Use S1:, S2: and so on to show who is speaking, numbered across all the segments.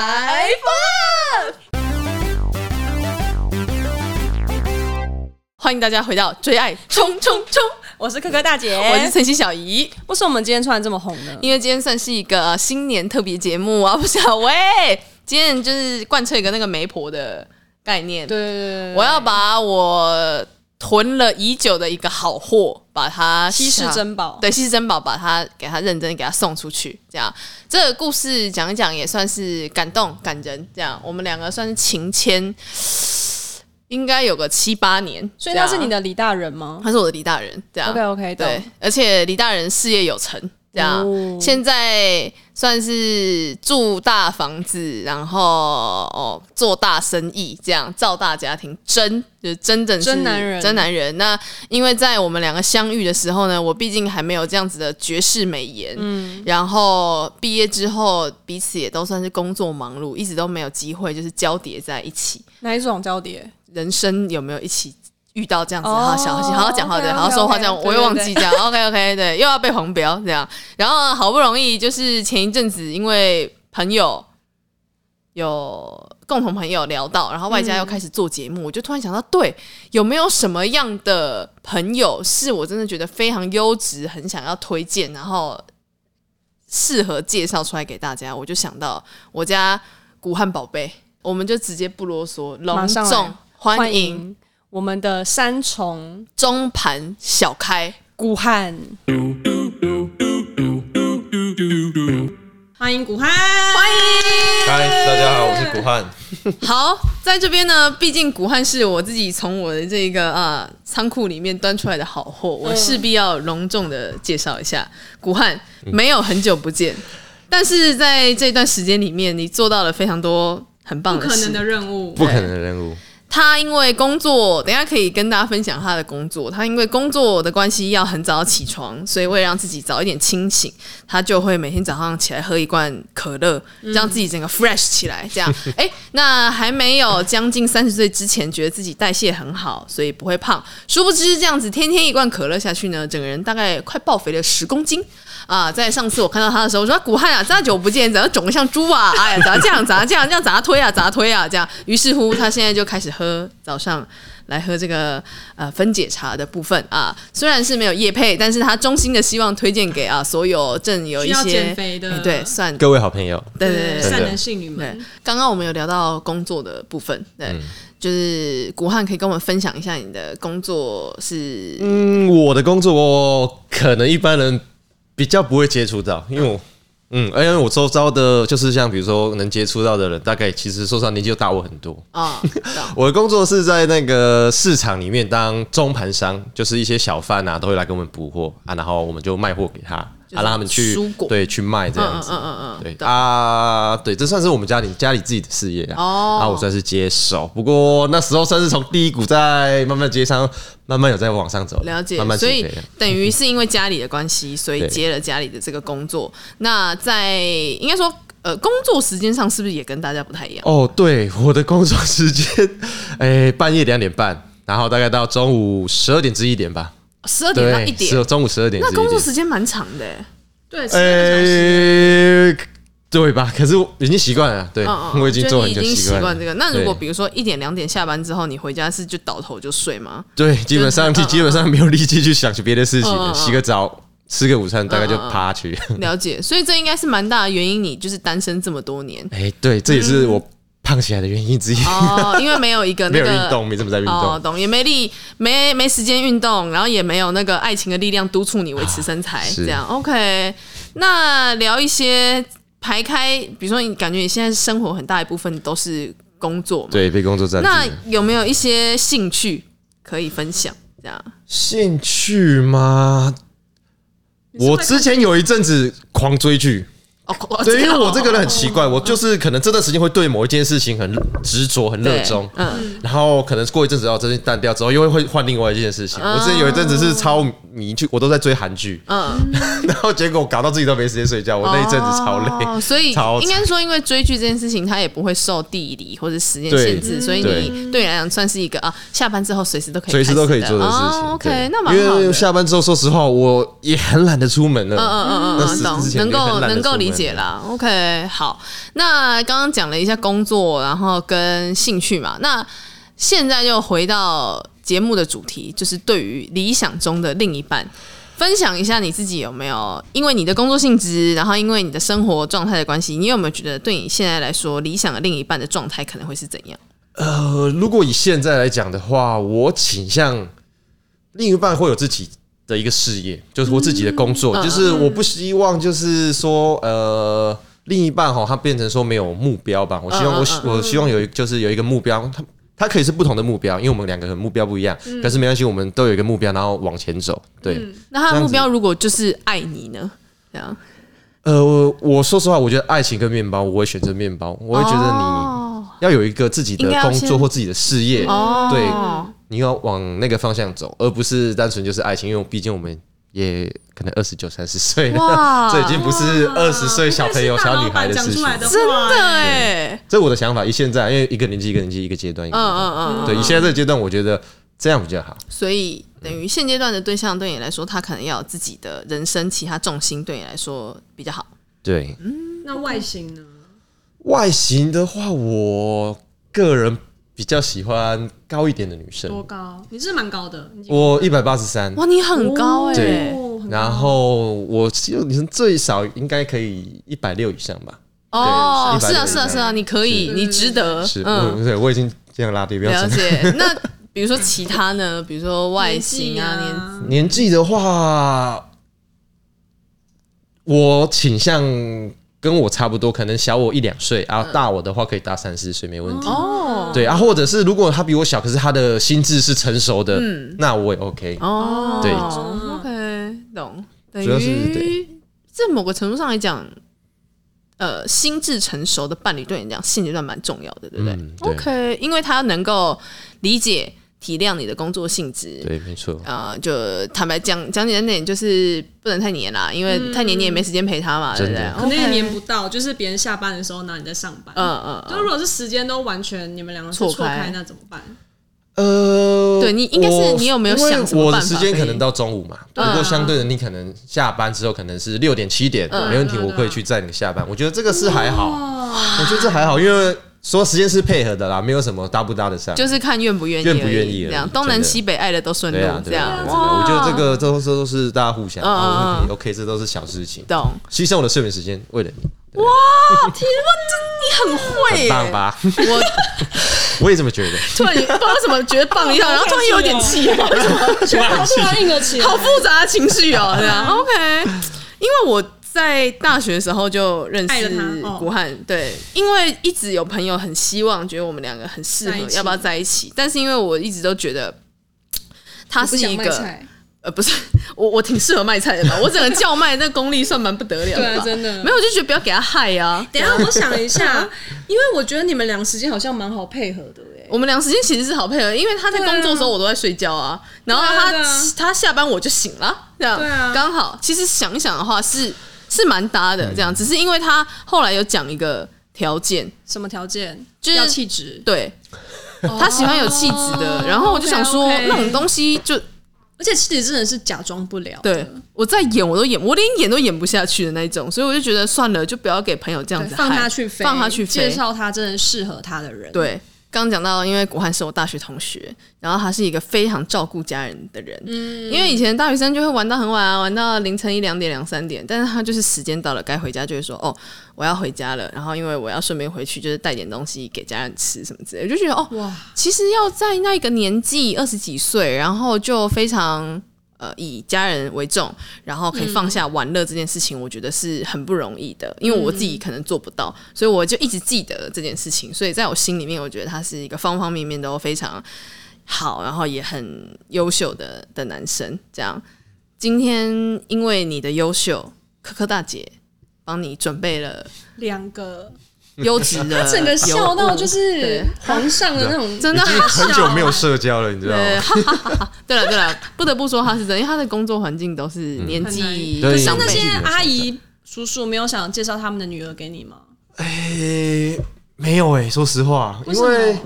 S1: Five Up。欢迎大家回到追爱冲冲冲！
S2: 我是可可大姐，
S1: 我是晨曦小姨，
S2: 为什么我们今天突然这么红呢？
S1: 因为今天算是一个呃新年特别节目啊，不小薇，今天就是贯彻一个那个媒婆的概念，
S2: 对对
S1: 我要把我囤了已久的一个好货，把它
S2: 稀世
S1: 想
S2: 珍宝
S1: 对稀世珍宝，把它给它认真给它送出去。这样，这个故事讲一讲也算是感动感人。这样，我们两个算是情牵，应该有个七八年。
S2: 所以他是你
S1: 的，
S2: 的李大人吗
S1: 他是我的李大人。这样
S2: ？OK OK，
S1: 对，，而且李大人事业有成，这样、
S2: 哦
S1: 现在算是住大房子，然后哦做大生意，这样造大家庭，真就是真正是
S2: 真男人
S1: 真男人。那因为在我们两个相遇的时候呢，我毕竟还没有这样子的绝世美颜，嗯，然后毕业之后彼此也都算是工作忙碌，一直都没有机会就是交叠在一起。
S2: 哪一种交叠？
S1: 人生有没有一起遇到这样子？
S2: 哦
S1: 好，小好好好讲，好
S2: OK，
S1: 讲，
S2: OK，
S1: 好好说话，这样
S2: OK，
S1: 我又
S2: 对
S1: 忘
S2: 对
S1: 记这样。OK OK，对，又要被黄标这样。然后好不容易就是前一阵子，因为朋友有共同朋友聊到，然后外加又开始做节
S2: 嗯
S1: 目，我就突然想到，对，有没有什么样的朋友是我真的觉得非常优质，很想要推荐，然后适合介绍出来给大家？我就想到我家古汉宝贝，我们就直接不啰嗦，隆
S2: 马上来
S1: 重欢迎
S2: 迎我们的三重
S1: 中盘小开。
S2: 古汉，欢迎古汉，
S3: 嗨，大家好，我是古汉。
S1: 好，在这边呢，毕竟古汉是我自己从我的这个啊仓库里面端出来的好货，我势必要隆重的介绍一下。古汉没有很久不见，但是在这段时间里面，你做到了非常多很棒的事。
S2: 任务
S3: 不可能的人物，
S1: 他因为工作，等一下可以跟大家分享他的工作。他因为工作的关系要很早起床，所以为了让自己早一点清醒，他就会每天早上起来喝一罐可乐，让自己整个 fresh 起来。这样，哎、那还没有将近三十岁之前，觉得自己代谢很好，所以不会胖。殊不知这样子天天一罐可乐下去呢，整个人大概快爆肥了十公斤。啊，在上次我看到他的时候，我说古汉啊，这么久不见，怎么肿得像猪啊？ 哎呀，咋这样？咋这样？这样咋推啊？咋推啊？这样。于是乎，他现在就开始喝早上来喝这个呃分解茶的部分啊。虽然是没有叶配，但是他衷心的希望推荐给啊所有正有一
S2: 需要
S1: 些
S2: 减肥的
S1: 哎对，算对
S3: 各位好朋友，
S1: 对对对
S3: 善男
S2: 信女
S1: 对。刚刚我们有聊到工作的部分，对，
S3: 嗯
S1: 就是古汉可以跟我们分享一下你的工作是
S3: 嗯，我的工作我可能一般人比较不会接触到，因为我，嗯，因为我周遭的，就是像比如说能接触到的人，大概其实说实话年纪就大我很多。
S1: 啊，懂
S3: 我的工作是在那个市场里面当中盘商，就是一些小贩啊都会来给我们补货啊，然后我们就卖货给他，啊，
S1: 就是
S3: 让他们去
S1: 蔬果
S3: 对去卖这样
S1: 嗯嗯
S3: 子。
S1: 嗯嗯嗯，
S3: 对
S1: 懂
S3: 啊，对，这算是我们家里家里自己的事业啊。
S1: 哦
S3: 啊，我算是接手，不过那时候算是从低谷在慢慢接上，慢慢有在往上走的，
S1: 了解，
S3: 慢慢起
S1: 所
S3: 飞
S1: 以
S3: 的。
S1: 等于是因为家里的关系，所以
S3: 对
S1: 接了家里的这个工作。那在应该说，呃，工作时间上是不是也跟大家不太一样？
S3: 哦，对，我的工作时间，哎，半夜两点半，然后大概到中午十二点至一点吧。
S1: 十二点到
S3: 对，
S1: 一
S3: 十二
S1: 点，
S3: 中午十二点至
S1: 那
S3: 一
S1: 工作
S3: 点。
S1: 时间蛮长的欸。
S2: 对，
S3: 哎，对吧？可是我已经习惯了，对，
S1: 嗯嗯，
S3: 我已经
S1: 就你
S3: 做很
S1: 已
S3: 久
S1: 经习
S3: 习惯
S1: 惯
S3: 了
S1: 这个。那如果
S3: 对
S1: 比如说一点两点下班之后，你回家是就倒头就睡吗？
S3: 对，基本上
S1: 就是嗯嗯
S3: 基本上没有力气去想起别的事情
S1: 嗯嗯嗯
S3: 了，洗个澡，吃个午餐，大概就
S1: 嗯嗯嗯
S3: 趴去。
S1: 了解，所以这应该是蛮大的原因，你就是单身这么多年
S3: 哎、对，这也是我胖起来的原因之一，
S1: 哦，因为没有一个
S3: 没
S1: 那
S3: 有运
S1: 个
S3: 动，没怎么在运动。
S1: 哦，懂，也没力，没没时间运动，然后也没有那个爱情的力量督促你维持身材，
S3: 是
S1: 这样 OK。那聊一些排开，比如说你感觉你现在生活很大一部分都是工作嘛，
S3: 对，被工作占据
S1: 那
S3: 了。
S1: 有没有一些兴趣可以分享？这样
S3: 兴趣吗？我之前有一阵子狂追剧，
S1: 哦，我
S3: 对，
S1: 知
S3: 因为
S1: 道
S3: 我这个人很奇怪，我就是可能这段时间会对某一件事情很执着、很热
S1: 对
S3: 衷，
S1: 嗯，
S3: 然后可能过一阵子哦，真的淡掉之后，又会换另外一件事情。我之前有一阵子是超迷去，我都在追韩剧，
S1: 嗯，
S3: 然后结果搞到自己都没时间睡觉，我那一阵子超累。
S1: 哦所以
S3: 超
S1: 应该说，因为追剧这件事情，它也不会受地理或者时间限制，
S3: 对
S1: 所以
S3: 对
S1: 你对你来讲算是一个啊，下班之后随时都可以开
S3: 随
S1: 始，
S3: 时都可以做的事情。
S1: 哦
S3: 对
S1: OK，那蛮好
S3: 因为
S1: 的。
S3: 下班之后，说实话，我也很懒得出门了。
S1: 嗯嗯嗯嗯
S3: 那
S1: 嗯，
S3: 是之
S1: 懂，能
S3: 前也很
S1: 够
S3: 懒得
S1: 能够
S3: 出
S1: 理
S3: 门
S1: 解啦。OK，好，那刚刚讲了一下工作，然后跟兴趣嘛，那现在就回到节目的主题，就是对于理想中的另一半。分享一下你自己有没有，因为你的工作性质，然后因为你的生活状态的关系，你有没有觉得对你现在来说，理想的另一半的状态可能会是怎样？
S3: 呃，如果以现在来讲的话，我倾向另一半会有自己的一个事业，就是我自己的工作，
S1: 嗯
S3: 就是我不希望就是说呃。另一半哈，他变成说没有目标吧？我希望
S1: 嗯
S3: 我
S1: 嗯
S3: 希
S1: 嗯
S3: 我希望有一就是有一个目标，他他可以是不同的目标，因为我们两个人目标不一样，
S1: 嗯
S3: 但是没关系，我们都有一个目标，然后往前走。对，
S1: 那他
S3: 这
S1: 的
S3: 样
S1: 目
S3: 子
S1: 标如果就是爱你呢？这样，
S3: 呃，
S1: 嗯
S3: 我我说实话，我觉得爱情跟面包，我会选择面包，我会觉得
S1: 哦
S3: 你要有一个自己的
S1: 应该要
S3: 工
S1: 先
S3: 作或自己的事业，
S1: 哦，
S3: 对你要往那个方向走，而不是单纯就是爱情，因为毕竟我们也可能二十九、三十岁了，
S1: 哇，
S3: 这已经不是二十
S2: 啊
S3: 岁小朋友、小女孩的事情。
S1: 真的哎、
S3: 这我的想法，以现在，因为一个年纪一个年纪，一个阶段
S1: 嗯
S3: 一个阶段，
S1: 嗯嗯，
S3: 对，以现在这个阶段，我觉得这样比较好。
S1: 所以等于现阶段的对象对你来说，他可能要有自己的人生其他重心，对你来说比较好。
S3: 对，
S2: 那外形呢？
S3: 外形的话，我个人比较喜欢高一点的女
S2: 多
S3: 生，
S2: 高？你是蛮高的，你
S3: 我一百八十三，
S1: 哇，你很高哎、
S3: 嗯对
S2: 哦很高
S3: 然后我记得女生最少应该可以一百六以上吧。
S1: 哦，
S3: 对
S1: 是啊
S3: 160
S1: 是啊是啊，你可以，
S2: 是
S1: 你值得，嗯
S3: 是，我对我已经这样拉低标
S1: 了
S3: 准。
S1: 解。那比如说其他呢？比如说外形啊，
S2: 年纪
S1: 年
S3: 年纪的话，我倾向跟我差不多，可能小我一两岁啊，大我的话可以大三四岁没问题。
S1: 嗯哦
S3: 对啊，或者是如果他比我小，可是他的心智是成熟的，那我也 OK。
S1: 嗯哦，
S3: 对
S1: ，OK，懂。等
S3: 主要是
S1: 于在某个程度上来讲，呃，心智成熟的伴侣对你来讲现阶段蛮重要的，对不对、
S3: 嗯对
S1: o k 因为他能够理解、体谅你的工作性质。
S3: 对，没错。
S1: 呃，就坦白讲，讲简单点，就是不能太黏啦，因为太黏你也没时间陪他嘛，对不
S3: 真的
S1: 对？
S2: 可能也
S1: OK
S2: 黏不到，就是别人下班的时候，然后你在上班。
S1: 嗯嗯
S2: 就
S1: 嗯，
S2: 如果是时间都完全你们两个是
S1: 错
S2: 错
S1: 开
S2: 开，那怎么办？
S3: 呃，
S1: 对你应该是
S3: 我
S1: 你有没有
S3: 因为
S1: 想什么
S3: 我
S1: 办
S3: 的
S1: 法
S3: 时间可
S1: 可以
S3: 能到中午嘛，不
S1: 嗯
S3: 过相对的，你可能下班之后可能是六点七点，没问题，
S2: 嗯
S3: 我可以去载你下班。我觉得这个是还好，
S2: 哦，
S3: 我觉得这还好，因为说时间是配合的啦，没有什么搭不搭得上。
S1: 就是看愿不愿意而已，
S3: 愿不愿意而已
S1: 这样东南
S3: 真的
S1: 西北爱的都顺路
S3: 对啊，，
S1: 这
S3: 对啊
S1: 样哦
S3: 对啊我觉得这个都这都是大家互相
S1: 嗯嗯
S3: 啊
S1: 嗯
S3: 我，OK，这都是小事情，
S1: 懂。
S3: 牺牲我的睡眠时间为了你，
S1: 很会耶、
S3: 很棒吧？
S1: 我
S3: 我也这么觉得。
S1: 突然不知道为什么觉得棒一 下，然后突然有点气，
S2: 他突然硬了起来，
S1: 好复杂的情绪哦、对啊，OK，因为我在大学的时候就认
S2: 爱
S1: 识
S2: 了他哦
S1: 古汉，对，因为一直有朋友很希望觉得我们两个很适
S2: 在
S1: 合
S2: 一，起
S1: 要不要在一起？但是因为我一直都觉得。他是一
S2: 你不想卖
S1: 个
S2: 菜
S1: 呃， 不是我，我挺适合卖菜的吧？我整个叫卖那功力算蛮不得了
S2: 对
S1: 的
S2: 啊，
S1: 吧？
S2: 真的
S1: 没有，我就觉得不要给他害啊。
S2: 等一下，我想一下， 因为我觉得你们俩时间好像蛮好配合的哎。
S1: 我们俩时间其实是好配合，因为他在工作的时候我都在睡觉啊，然后他、
S2: 对啊对啊
S1: 他下班我就醒了，这样
S2: 对啊
S1: 刚好。其实想一想的话是是蛮搭的，这样、只是因为他后来有讲一个条件，
S2: 什么条件？
S1: 就是
S2: 要气质，
S1: 对。他喜欢有气质的，然后我就想说
S2: 哦 OK，OK
S1: 那种东西就
S2: 而且气质真的是假装不了的。
S1: 对我再演我都演，我连演都演不下去的那一种，所以我就觉得算了，就不要给朋友这样
S2: 对，
S1: 子
S2: 放他
S1: 害
S2: 去飞，
S1: 放他去
S2: 介
S1: 飞，
S2: 绍他真的适合他的人。，
S1: 对，刚刚讲到，因为古汉是我大学同学，然后他是一个非常照顾家人的人。
S2: 嗯
S1: 因为以前大学生就会玩到很晚啊，玩到凌晨一两点、两三点，但是他就是时间到了该回家就会说：“哦，我要回家了。”然后因为我要顺便回去，就是带点东西给家人吃什么之类的，我就觉得哦，
S2: 哇，
S1: 其实要在那个年纪二十几岁，然后就非常呃以家人为重，然后可以放下玩乐这件事情，我觉得是很不容易的，因为我自己可能做不到，所以我就一直记得这件事情，所以在我心里面，我觉得他是一个方方面面都非常好，然后也很优秀的的男生。这样，今天因为你的优秀，可可大姐帮你准备了
S2: 两个，
S1: 优质的，
S2: 他整个笑到就是
S1: 对
S2: 皇上的那种，
S1: 真的啊
S3: 已经很久没有社交了，你知道
S1: 对，
S3: 吗？
S1: 哈哈哈哈对了对了，不得不说他是真的，因为他的工作环境都是年纪
S3: 嗯很难
S1: 上
S2: 那
S1: 辈
S3: 对
S2: 些阿姨叔叔没有想介绍他们的女儿给你吗？
S3: 哎，没有哎，说实话，因
S2: 什么
S3: 为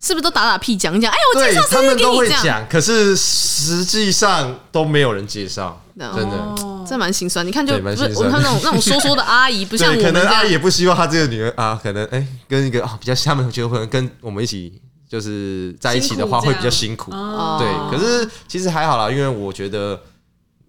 S1: 是不是都打打屁讲讲？哎，我介
S3: 对
S1: 绍
S3: 他
S1: 谁谁
S3: 们
S1: 给
S3: 都
S1: 你
S3: 会
S1: 这样，
S3: 讲，可是实际上都没有人介绍，
S1: No
S3: 真的。
S1: 这蛮心酸。你看就，
S3: 对
S1: 不
S3: 蛮
S1: 是
S3: 心
S1: 我
S3: 酸
S1: 们那种那种说说的阿 姨，不像我
S3: 对，
S1: 们
S3: 可能
S1: 这
S3: 阿姨
S1: 样。
S3: 也不希望她这个女儿啊，可能哎、跟一个啊比较他们觉得可能跟我们一起就是在一起的话
S2: 辛苦这
S3: 会
S2: 样
S3: 比较辛苦，
S2: 哦，
S1: 哦
S3: 对。可是其实还好啦，因为我觉得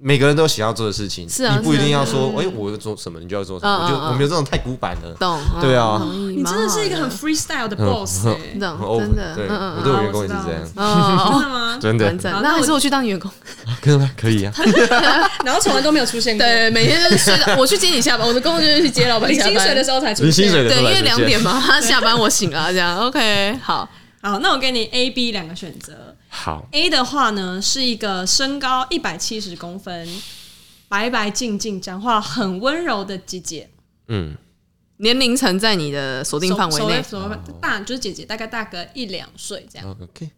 S3: 每个人都有想要做的事情，
S1: 是啊
S3: 你不一定要说
S1: 是啊
S3: 哎、我做什么你就要做什么，
S1: 嗯
S3: 我就
S1: 嗯嗯
S3: 我没有这种太古板了，
S1: 懂，
S3: 对啊
S1: 嗯同意
S2: 哦你真啊的是一个
S1: 蛮
S2: 很
S1: 好
S2: freestyle 的
S3: 嗯
S2: boss 哎、
S1: 的
S3: 很
S1: 懂，真
S3: open，
S1: 的，
S3: 哦对，
S1: 嗯嗯
S3: 我
S1: 嗯
S3: 对
S2: 啊
S3: 我员工也是
S2: 我知道
S3: 这样
S2: 我知，
S1: 哦，
S2: 真的吗？
S3: 真
S1: 完
S3: 的，
S1: 整。
S2: 好
S1: 那
S2: 那
S1: 还
S2: 我
S1: 是我去当员工。
S3: 可以吗？可以啊，
S2: 然后从来都没有出现过，
S1: 对，每天就是睡到，我去 接你下班，我的工作就是去接老板
S2: 领
S1: 下班。
S2: 薪水的时候才出
S3: 领
S2: 现。
S3: 薪水的
S1: 对，
S3: 时
S1: 因
S3: 候
S1: 为
S3: 来这
S1: 两
S3: 些
S1: 点嘛，他下班我醒了，这 样 OK，好，
S2: 好，那我给你 A、B 两个选择。
S3: 好
S2: A 的话呢，是一个身高一百七十公分、白白净净、讲话很温柔的姐姐，
S3: 嗯，
S1: 年龄层在你的锁定
S2: 所
S1: 范围
S2: 所谓
S1: 内，
S2: 所谓
S3: 哦
S2: 大就是姐姐，大概大个一两岁这样。
S3: 好，OK，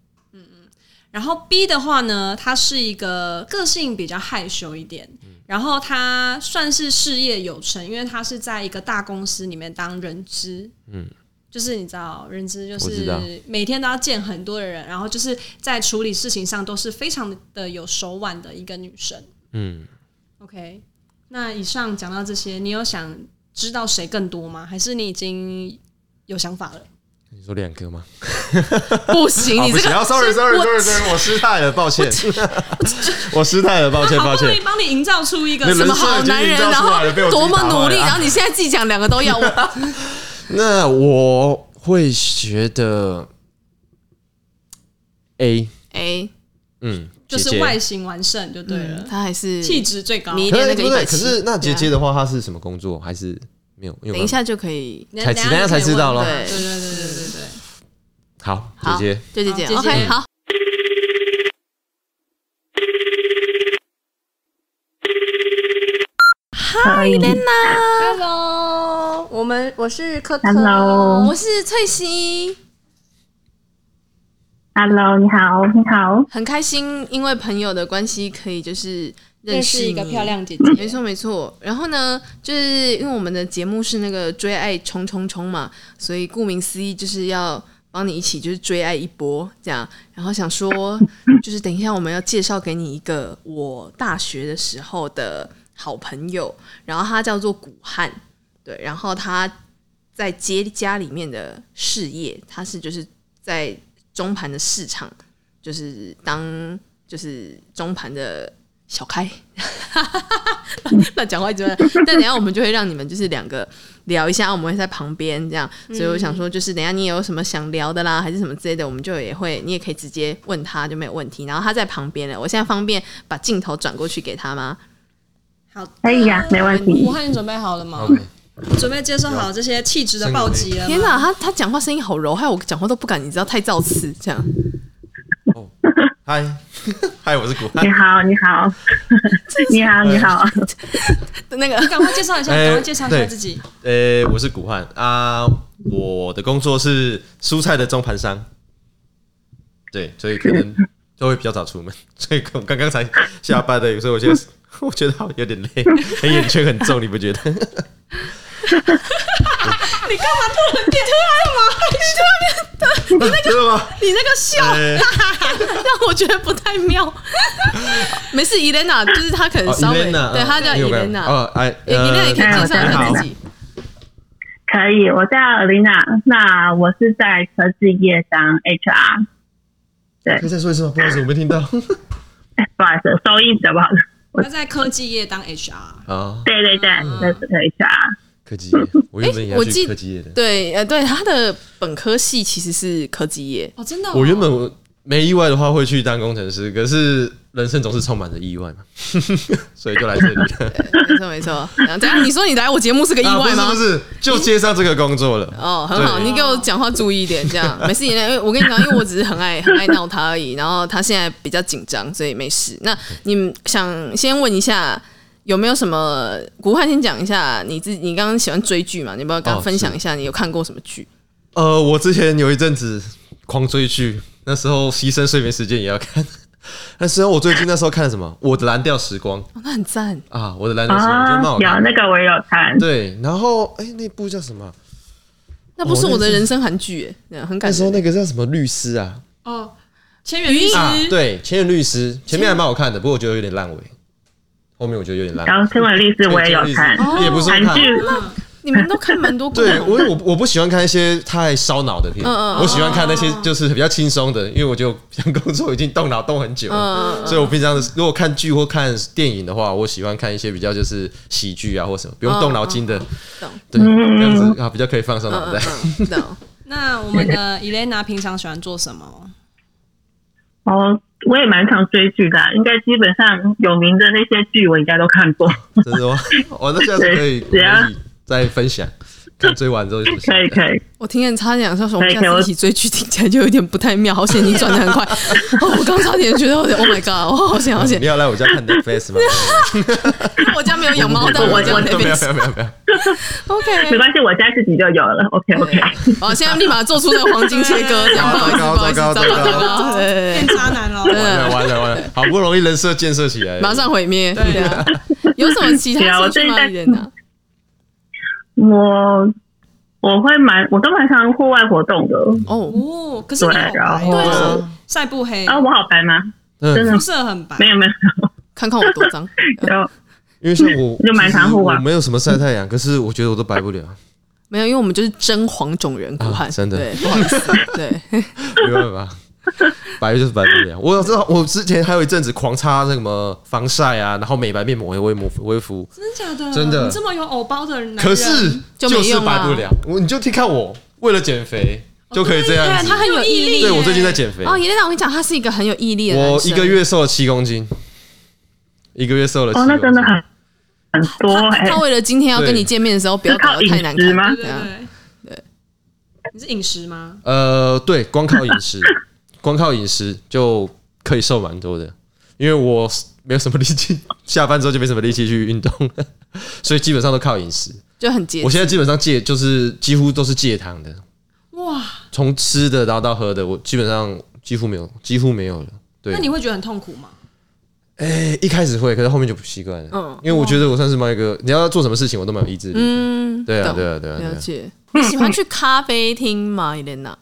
S2: 然后 B 的话呢，她是一个个性比较害羞一点，然后她算是事业有成，因为她是在一个大公司里面当人资，嗯，就是你知道人资就
S3: 我知道
S2: 是每天都要见很多的人，然后就是在处理事情上都是非常的有手腕的一个女生。
S3: 嗯，
S2: OK，那以上讲到这些，你有想知道谁更多吗？还是你已经有想法了？
S3: 你说两个吗？
S1: 不行，
S3: 啊，
S1: 你
S3: 不
S1: 这
S3: 行
S1: 个
S3: 啊，sorry
S1: 是
S3: sorry
S1: 我
S3: sorry sorry，我失态了，抱歉， 我失态了，抱歉
S2: 她好
S3: 抱
S2: 不容
S3: 歉
S2: 易。帮你营造出一个
S3: 那
S2: 什
S1: 什
S2: 么
S1: 么
S3: 人设
S1: 好男人，
S3: 已经
S1: 然
S3: 营造出
S1: 后
S3: 来了被我自己
S1: 多么
S3: 打坏
S1: 努力，
S3: 了啊
S1: 然后你现在自己讲两个都要，我
S3: 那我会觉得 A，
S1: 哎，
S3: 嗯，
S2: 就是
S3: 姐姐
S2: 外形完胜就对了。
S1: 嗯他还是
S2: 气质最高。
S1: 你
S3: 可
S1: 一
S3: 是
S1: 年那个
S3: 不对，
S1: 170
S3: 可是那姐
S1: 对
S3: 姐
S1: 啊
S3: 的话，她是什么工作？还是没有？因为
S1: 等
S3: 我
S1: 一下就可以，
S2: 你
S3: 才
S2: 等
S3: 知等一下才知道咯
S2: 对对对对对对对。
S3: 好，
S1: 好，
S3: 姐嗯
S1: 对
S3: 姐，
S1: 对
S2: 好姐
S1: 对
S2: 姐
S1: ，OK，好，
S4: 嗨
S5: Hello，我们我是可可
S4: Hello
S1: 我是翠西，
S4: ，Hello，你好，你好，
S1: 很开心，因为朋友的关系可以就是认
S2: 认
S1: 识
S2: 识一个
S1: 你
S2: 漂亮姐
S1: 没
S2: 姐，
S1: 错没错，然后呢，就是因为我们的节目是那个追爱冲冲冲嘛，所以顾名思义就是要帮你一起就是追爱一波这样。然后想说，就是等一下我们要介绍给你一个我大学的时候的好朋友，然后他叫做古汉，对，然后他在接家里面的事业，他是就是在中盘的市场，就是当就是中盘的小开。 那讲话一直 问，但等一下我们就会让你们就是两个聊一下，我们会在旁边这样，所以我想说，就是等一下你有什么想聊的啦，还是什么之类的，我们就也会，你也可以直接问他就没有问题。然后他在旁边了，我现在方便把镜头转过去给他吗？
S2: 好，
S4: 可以呀、没问题
S2: 武。汉，你准备好了吗
S3: OK？
S2: 准备接受好这些气质的暴击了吗？
S1: 天哪，他他讲话声音好柔，害我讲话都不敢，你知道太造次这样。
S3: 嗨嗨，哦我是古汉
S4: 你。好，你好，你好，你好，
S1: 那个
S2: 你赶快介绍一下，
S3: 哎
S2: 赶快介绍一下
S3: 对
S2: 自己。
S3: 呃，我是古汉啊，我的工作是蔬菜的中盘商，对，所以可能都会比较早出门， 所以我刚刚才下班的，有时候我觉得 我觉得好有点累， 很眼圈很重，你 不觉得？
S2: 你干嘛突然变？
S3: 真的吗？
S1: 你那个笑，
S3: 呃
S1: 让我觉得不太妙。 没事，Elena 就是他可能
S3: 哦
S1: 稍微，
S3: Elena，
S1: 对
S3: 哦
S1: 他叫
S3: 因为我刚
S1: Elena，
S3: 哦，哎
S1: 欸，Elena 也可以介绍一下自己。
S4: 可以。我叫 Alina，那我是在科技业当 HR。
S3: 可以再说一次吗？不好意思，我没听 到。
S4: 哎，不好意思，收音怎么好？我
S2: 他在科技业当 HR，
S3: 啊，
S4: 对对对，这是 HR。
S3: 科技业，我原本也要
S1: 我记
S3: 去科技业的。
S1: 对，呃，对，他的本科系其实是科技业，
S2: 哦，真的哦，
S3: 我原本我没意外的话会去当工程师，可是人生总是充满着意外嘛， 所以就来这里了。
S1: 没错没 错。然后等一下你说你来我节目 是个意
S3: 啊
S1: 外吗？
S3: 不是不是，就接上这个工作了。
S1: 哦，很好，
S3: 对
S1: 你给我讲话注意一点，这样 没事。因为我跟你讲，因为我只是很爱很爱闹他而已，然后他现在比较紧张，所以没事。那你们想先问一下，有没有什么？古汉先讲一下你自己，你刚刚喜欢追剧嘛？你要不要跟他
S3: 哦
S1: 分享一下你有看过什么 剧？
S3: 呃，我之前有一阵子狂追剧，那时候牺牲睡眠时间也要看。 那时候我最近那时候看了什么？我的蓝调时光
S1: 哦，那很赞，
S3: 啊，我的蓝调时光，我觉得
S4: 啊
S3: 蛮好，
S4: 有
S3: 看的。
S4: 那个我也有看，
S3: 对，然后哎、那部叫什么？
S1: 那不是我的人生韩剧耶，这样很
S3: 那
S1: 感
S3: 时候
S1: 人。
S3: 那个叫什么律师啊？
S2: 哦，千元律师，
S3: 啊，对，前任律师，前面还蛮好看的，不过我觉得有点烂尾，后面我觉得有点烂尾。
S4: 然后《天文律师》我也有看，
S3: 也不是说
S4: 韩
S3: 看。
S4: 剧
S2: 嗯，
S1: 你们都看蛮多共
S3: 对我
S1: 同的，
S3: 我我不喜欢看一些太烧脑的片，
S1: 嗯嗯嗯
S3: 我喜欢看那些就是比较轻松的，因为我觉得像工作已经动脑动很
S1: 嗯
S3: 久了，所以我平常如果看剧或看电影的话，我喜欢看一些比较就是喜剧啊或什么不用动脑筋的，
S1: 懂
S3: 对，这样子啊比较可以放松脑
S1: 嗯
S3: 袋。
S1: 嗯，懂。
S2: 那我们的 Elena 平常喜欢做什么？
S4: 哦，我也蛮常追剧的啊、应该基本上有名的那些剧我应该都看 过。
S1: 嗯
S3: 真的吗？我那下次可以可
S4: 对啊
S3: 以再分享，看追完之后有什么想
S4: 可以
S3: 法
S4: 可以，
S1: 我听人差点说，我们
S4: 可以
S1: 下
S4: 可以
S1: 次
S4: 我
S1: 一起追剧，听起来就有点不太妙。好险你转的很 快，哦，我刚差点觉得我，Oh my god，我好险好险
S3: 哦你，要来我家看 Netflix 吗？
S1: 我 家没有养猫，但我
S3: 没
S1: 家
S3: 有没有没有
S1: Netflix
S3: 没有没有，
S4: 没
S1: OK。
S4: 关系，我家自己就有了。OK OK，
S1: 好，现在立马做出那个黄金切 割，这样不好意思，不好意思，糟
S3: 糟
S1: 糕
S3: 糕
S1: 糟
S3: 糟糕
S1: 糕，对对对
S2: 变渣男喽！
S1: 对
S3: 完了完了完了，好不容易人设建设起来了，
S1: 马上毁灭。
S2: 对
S1: 对啊，有什么其
S4: 对
S1: 他
S4: 啊我
S1: 兴趣
S4: 最
S1: 吗？
S4: 近在
S1: 人啊？
S4: 我我会蛮，我都蛮常户外活动的。
S1: 哦，
S2: 哦，可是你好
S4: 对然
S2: 白
S4: 后
S2: 哦，晒不黑，
S4: 啊，我好白吗？真的
S2: 肤色很白
S4: 没。有没哦有，
S1: 看看我多脏。
S4: 有
S3: 因为像我
S4: 就蛮常户外
S3: 其实我没有什么晒太阳，可是我觉得我都白不 了，
S1: 没有，因为我们就是真黄种人古汉、
S3: 啊真的
S1: 对，不好意思，对，
S3: 没办法。白就是白不了，我知道我之前还有一阵子狂擦那个什么防晒啊，然后美白面膜也微抹微敷，
S2: 真假的？
S3: 真的
S2: 你这么有偶包的男人，
S3: 可是
S1: 就没
S3: 是
S1: 用啊
S3: 白不了。我你就听看我为了减肥就可以这样
S1: 对啊
S3: 子，
S1: 他很有毅力
S3: 对我最近在减肥，
S1: 哦，叶娜，我跟你讲，他是一个很有毅力的男
S3: 我
S1: 生
S3: 一个，月瘦了七公斤，一个月瘦了7
S4: 哦
S3: 公，斤。
S4: 那真的很很多
S1: 他
S4: 哎、
S1: 他为了今天要跟你
S3: 对
S1: 见面的时候，不要
S4: 是靠
S1: 搞得太难看啊
S4: 饮食吗
S2: 对
S1: 这
S2: 对
S1: 样
S2: 对你是饮食吗？
S3: 呃，对，光靠饮食，光靠饮食就可以瘦蛮多的，因为我没有什么力气， 下班之后就没什么力气去运动 了，所以基本上都靠饮食。
S1: 就很节
S3: 我
S1: 制。
S3: 现在基本上戒就是几乎都是戒糖的，
S2: 哇，
S3: 从吃的然后到喝的，我基本上几乎没有，几乎没有了。对
S2: 那，你会觉得很痛苦吗？
S3: 哎、一开始会，可是后面就不习惯了。
S1: 嗯
S3: 因为我觉得我算是蛮有一个，你要做什么事情我都蛮有意志力。
S1: 嗯，
S3: 对啊，
S1: 懂
S3: 对啊，对啊，对
S1: 了
S3: 啊。
S1: 解。你喜欢去咖啡厅吗，叶娜？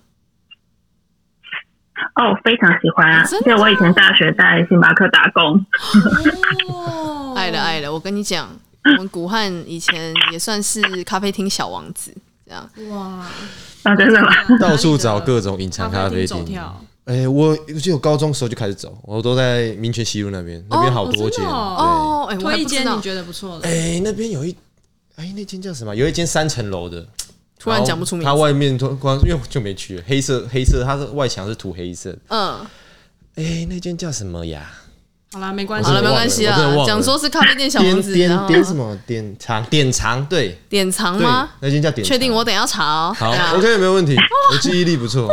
S4: 哦，非常喜欢啊！
S1: 真的
S4: 因为我以前大学在星巴克打工，
S2: 哦，
S1: 爱了爱了，我跟你讲，我们古汉以前也算是咖啡厅小王子，这样
S2: 哇，
S4: 啊，真的吗？
S3: 到处找各种隐藏
S2: 咖
S3: 咖
S2: 啡
S3: 啡
S2: 走
S3: 厅。
S2: 跳，
S3: 哎、我我记得我高中的时候就开始走，我都在民权西路那边，那边好多间。
S2: 真的
S1: 哦，哎，我
S2: 推
S1: 还不
S2: 一
S1: 知
S2: 间
S1: 道
S2: 你，觉得不错
S3: 对，
S2: 的，
S3: 哎、那边有一，哎、那间叫什么？有一间三层楼的，
S1: 突然讲不出名
S3: 它
S1: 字。
S3: 外面突光，因为我就没去了，黑色黑色，它是外墙是涂黑色的。
S1: 嗯，
S3: 哎、那间叫什么呀？
S2: 好啦，没关系
S1: 好了，
S3: 我
S1: 没
S3: 真的忘了
S1: 关系
S3: 我真的忘
S1: 啦。
S3: 了
S1: 讲说是咖啡店小王
S3: 点
S1: 子，然
S3: 点
S1: 后
S3: 点什么？点肠点肠，对
S1: 典藏
S3: 对
S1: 吗？，
S3: 那间叫点。
S1: 确定我？等一下查哦。
S3: 好
S1: 对啊
S3: ，OK，没有问题，我记忆力 不错。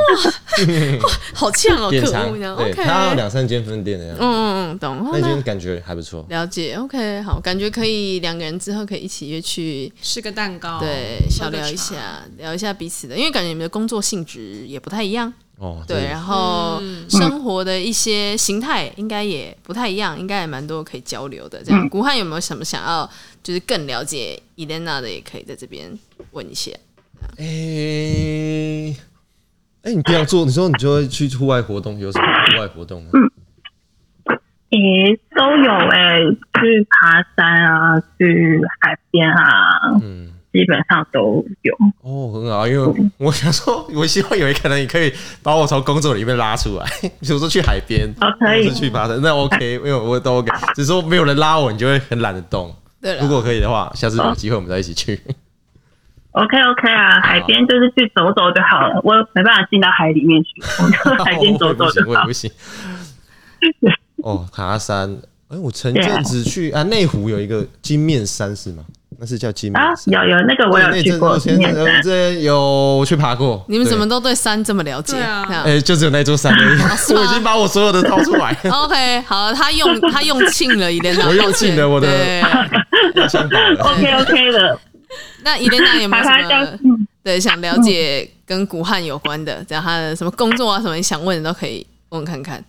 S1: 好呛哦，
S3: 点
S1: 可
S3: 肠
S1: 恶呢。，
S3: 对，
S1: OK，
S3: 它有两三间分店的样
S1: 嗯
S3: 子，
S1: 嗯嗯，懂。
S3: 那
S1: 那
S3: 间感觉还不错。
S1: 了解，OK，好，感觉可以两个人之后可以一起约去，
S2: 吃个蛋糕，
S1: 对，小聊一下，聊一下彼此的，因为感觉你们的工作性质也不太一样，
S3: 哦，
S1: 对，
S3: 真的
S1: 然后生活的一些形态应该也不太一样，应该也蛮多可以交流的。这样，古汉有没有什么想要就是更了解伊莲娜的，也可以在这边问一下。
S3: 诶，哎、你平常做，你说你就会去户外活动，有什么户外活动啊吗？
S4: 诶、都有诶、去爬山啊，去海边啊，
S3: 嗯，
S4: 基本上都有。
S3: 哦，很好啊，因为我想说，我希望有一个人，你可以把我从工作里面拉出来，比如说去海边，
S4: 哦可以
S3: 或嗯是去爬山，那 OK，因为我都 OK，只是说没有人拉我，你就会很懒得动。
S1: 对了，
S3: 如果可以的话，下次有机会我们再一起去。
S4: OK OK 啊，海边就是去走走就好了，我没办法进到海里面去，我就哦海边走走就
S3: 哦我也
S4: 好
S3: 不。行，我也不行。哦，爬山，哎、我前阵子去啊，内湖有一个金面山是吗？那是叫金面
S4: 啊，
S3: 山。
S4: 有有那个我有
S3: 对
S4: 去过，
S3: 那阵
S4: 今
S3: 子我
S4: 年
S3: 前呃
S4: 的
S3: 我这有去爬过。
S1: 你们怎么
S3: 对？
S1: 都对山这么了解？
S2: 对啊
S1: 这样
S3: 哎、就只有那座山而已，
S1: 是吗
S3: 我已经把我所有的掏出来，
S1: OK，好，他用他用庆了伊莲娜，
S3: 我用尽了我的
S1: 对
S3: 要相保 了。
S4: OK OK 的，
S1: 那伊莲娜有没
S4: 爬
S1: 有什
S4: 爬山
S1: 么，
S4: 嗯
S1: 对想了解跟古汉有关的，这样他的什么工作啊什么你想问的都可以问看看。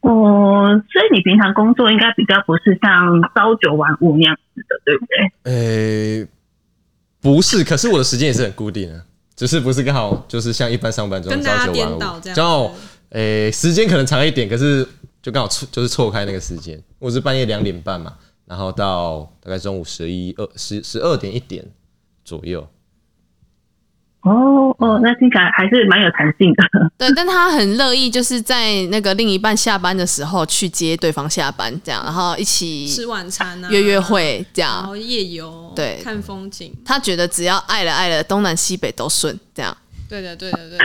S4: 哦，所以你平常工作应该比较不是像朝九晚五那样子的，对不对？
S3: 诶、哎不是，可是我的时间也是很固定的，啊只是不是刚好就是像一般上班族
S2: 跟大家
S3: 朝九晚
S2: 颠倒
S3: 五，
S2: 这样
S3: 刚好诶、时间可能长一点，可是就刚好错就是错开那个时间，我是半夜两点半嘛，然后到大概中午十一二十十二点一点左右，
S4: 哦哦，那听起来还是蛮有弹性的。
S1: 对，但他很乐意，就是在那个另一半下班的时候去接对方下班，这样，然后一
S2: 吃
S1: 起
S2: 晚餐啊，
S1: 约约，会，这
S2: 然
S1: 样。
S2: 后夜游，
S1: 对
S2: 看风景，
S1: 他觉得只要爱了爱了，东南西北都顺，这样。
S2: 对的，对的，对的。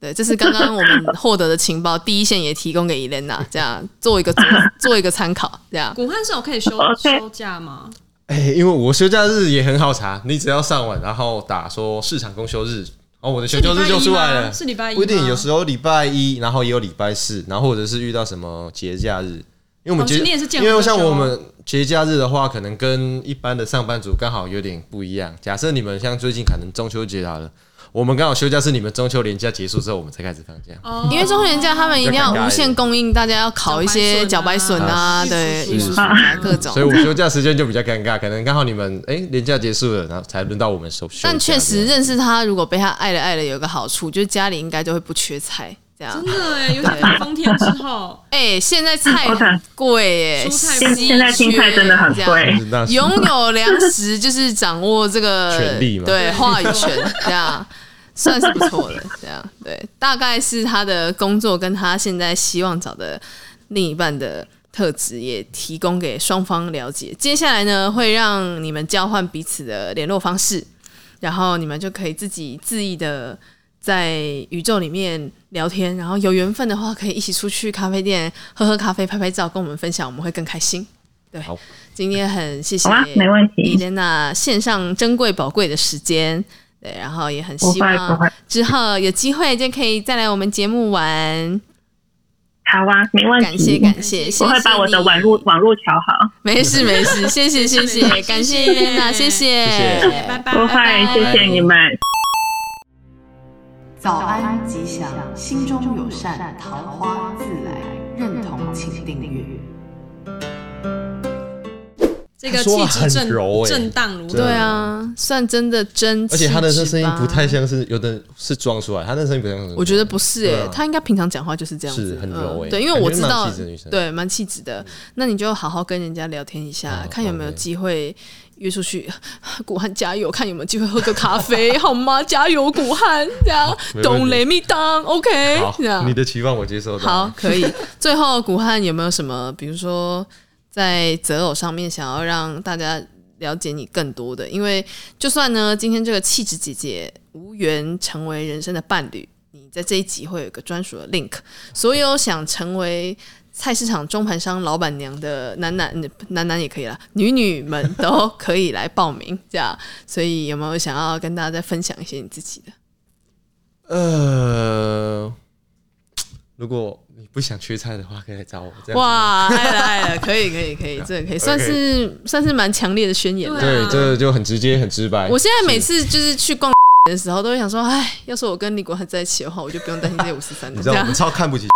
S1: 对，这是刚刚我们获得的情报， 第一线也提供给伊莲娜，这样做一个做做一个参考，这样。
S2: 古汉是有可以休
S4: OK
S2: 休假吗？
S3: 哎、因为我休假日也很好查，你只要上网，然后打说市场公休日，哦，我的休
S2: 是
S3: 假
S2: 礼拜
S3: 日
S2: 一
S3: 就出来
S2: 吗？
S3: 了。
S2: 是礼拜一吗？
S3: 不一定，有时候礼拜一，然后也有礼拜四，然后或者是遇到什么节假日，因为我们
S2: 哦
S3: 节、
S2: 所以你也是见
S3: 因为
S2: 红
S3: 像
S2: 休
S3: 我们节假日的话，可能跟一般的上班族刚好有点不一样。假设你们像最近可能中秋节好了，我们刚好休假是你们中秋连假结束之后，我们才开始放假。
S2: 哦
S1: 因为中人家他们一定要
S3: 比较尴尬一点
S1: 无限供应，大家要烤一些
S2: 茭
S1: 茭
S2: 白
S1: 白
S2: 笋
S1: 笋
S2: 啊
S1: 啊，对，
S2: 玉
S1: 玉
S2: 竹
S1: 竹
S2: 笋
S1: 笋
S2: 啊
S1: 啊，各种
S3: 所以。我休假时间就比较尴尬，可能刚好你们哎、连假结束了，然后才轮到我们休休假。
S1: 但确
S3: 这
S1: 实
S3: 样
S1: 认识他，如果被他爱了爱了，有一个好处就是家里应该就会不缺菜，这样
S2: 真。的哎，尤其打风天之后，
S1: 哎、现在菜
S4: OK
S1: 很贵哎、
S2: 蔬菜现
S1: 稀
S4: 现在青菜真的很
S1: 缺这样
S4: 贵。
S3: 那是
S1: 拥有粮食就是掌握这个
S3: 权利嘛
S1: 对话语权，这 样算是不错的。这样对，大概是他的工作跟他现在希望找的另一半的特质也提供给双方了解。接下来呢，会让你们交换彼此的联络方式，然后你们就可以自己恣意的在宇宙里面聊天，然后有缘分的话，可以一起出去咖啡店喝喝咖啡、拍拍照，跟我们分享，我们会更开心。对
S3: 好，
S1: 今天很谢谢
S4: 好啊没问题
S1: 伊莲娜献上珍贵宝贵的时间，对，然后也很
S4: 不
S1: 希
S4: 会不
S1: 望
S4: 会，
S1: 之后有机会就可以再来我们节目玩。
S4: 好啊，没问题。
S1: 感谢感谢，谢谢
S4: 我会把我的
S1: 你啊
S4: 网路网路调好。
S1: 没事没事，谢谢 谢
S2: 谢谢
S1: 谢，感谢伊莲娜，谢谢
S3: 谢谢
S2: 拜拜，
S4: 不
S2: 拜拜
S4: 会，谢谢你们。
S6: 早安吉祥，心中有善，桃花自来。认同，请订阅。
S2: 这个
S3: 他说
S2: 气
S3: 话
S2: 质
S3: 很
S2: 震
S3: 柔欸
S2: 震荡如
S3: 真的
S1: 对啊，算真的真，
S3: 而且他的这声音不太，像是有的是装出来，他那声音不像是。
S1: 我觉得不是
S3: 对
S1: 诶、
S3: 啊
S1: 他应该平常讲话就是这样子，嗯
S3: 是很柔欸
S1: 对，因为我知道
S3: 感觉蛮气质的女，生嗯
S1: 对，蛮气质的。那你就好好跟人家聊天一下，
S3: 哦
S1: 看有没有
S3: OK
S1: 机会约出去。古汉加油，看有没有机会喝个咖啡，好吗？加油，古汉，这样
S3: 没问题
S1: 懂雷密当，OK，
S3: 好
S1: 这，样
S3: 你的期望我接受到。
S1: 哎好，可以。最后，古汉有没有什么，比如说在择偶上面想要让大家了解你更多的？因为就算呢，今天这个气质姐姐无缘成为人生的伴侣，你在这一集会有一个专属的 link，所有想成为。菜市场中盘商老板娘的男男男男也可以啦，女女们都可以来报名，这样。所以有没有想要跟大家再分享一些你自己的？
S3: 呃，如果你不想缺菜的话，可以来找我。这样子，
S1: 哇，爱了爱了，可以可以可 以，这个可以算是算是蛮强烈的宣言了。
S2: 对啊
S3: 对，这就很直接，很直白。
S1: 我现在每次就是去逛的时候，都会想说，哎，要是我跟李国汉在一起的话，我就不用担心这五十三
S3: 你
S1: 了。这
S3: 知道我
S1: 样哎
S3: 们，超看 不起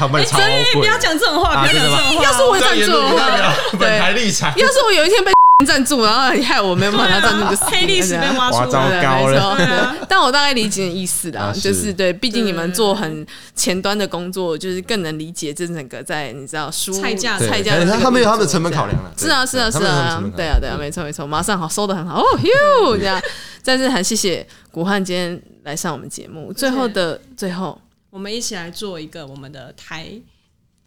S3: 他们超
S2: 哎不
S3: 贵
S2: 要。讲这种话，
S3: 啊
S2: 不要讲这
S3: 真
S2: 种话。
S1: 要是我
S3: 这
S1: 赞
S3: 言
S1: 助，
S3: 论不代表本台
S1: 对，
S3: 立场。
S1: 要是我有一天 被赞助，然后你害我没有办法赞助，就死了
S2: 啊
S3: 啊
S2: 黑历史
S1: 这样
S2: 被挖
S3: 哇
S2: 出
S3: 糟
S2: 来，
S1: 对
S3: 糕了
S1: 没错
S2: 对啊
S1: 但我大概理解你意思啦，
S3: 啊是
S1: 就是对，毕竟你们做很前端的工作，就是更能理解这整个在你知道书
S2: 菜价
S3: 对
S1: 菜价
S3: 可
S1: 的
S3: 能
S1: 这个运作，
S3: 他们有他们的成本考量啦
S1: 这样是啊，
S3: 对
S1: 是啊，
S3: 他
S1: 是
S3: 们有他们
S1: 啊
S3: 的成本，考
S1: 对
S3: 量
S1: 啊，对啊，没错没错，马上好收的很好 哦，哟这样，但是很谢谢古汉今天来上我们节目，最后的最后，
S2: 我们一起来做一个我们的台，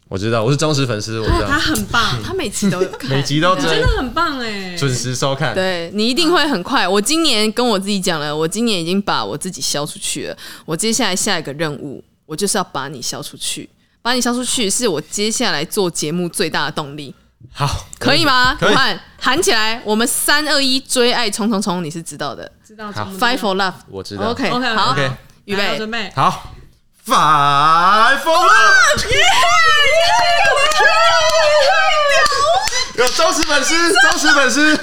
S3: 我知道，我是啊忠实粉丝，我知
S2: 他
S1: 啊
S3: 道，
S2: 很棒，
S1: 他每期都有看，
S3: 每集都
S2: 真
S3: 准
S2: 的很棒哎，
S3: 准时收看。
S1: 对你一定会很快。我今年跟我自己讲了，我今年已经把我自己消出去了。我接下来下一个任务，我就是要把你消出去。把你消出去是我接下来做节目最大的动力，
S3: 好，
S1: 可以吗？
S3: 可以
S1: 喊喊起来，我们三二一追爱冲冲冲，你是知道的。
S2: 知道
S3: 好
S2: 怎么
S1: Fight for love，
S3: 我嗯知道。
S1: OK，
S2: OK，OK，
S1: 好
S3: OK，
S1: 预备，
S2: 准备。
S3: 好，Five for love，有忠实粉丝，忠实粉丝。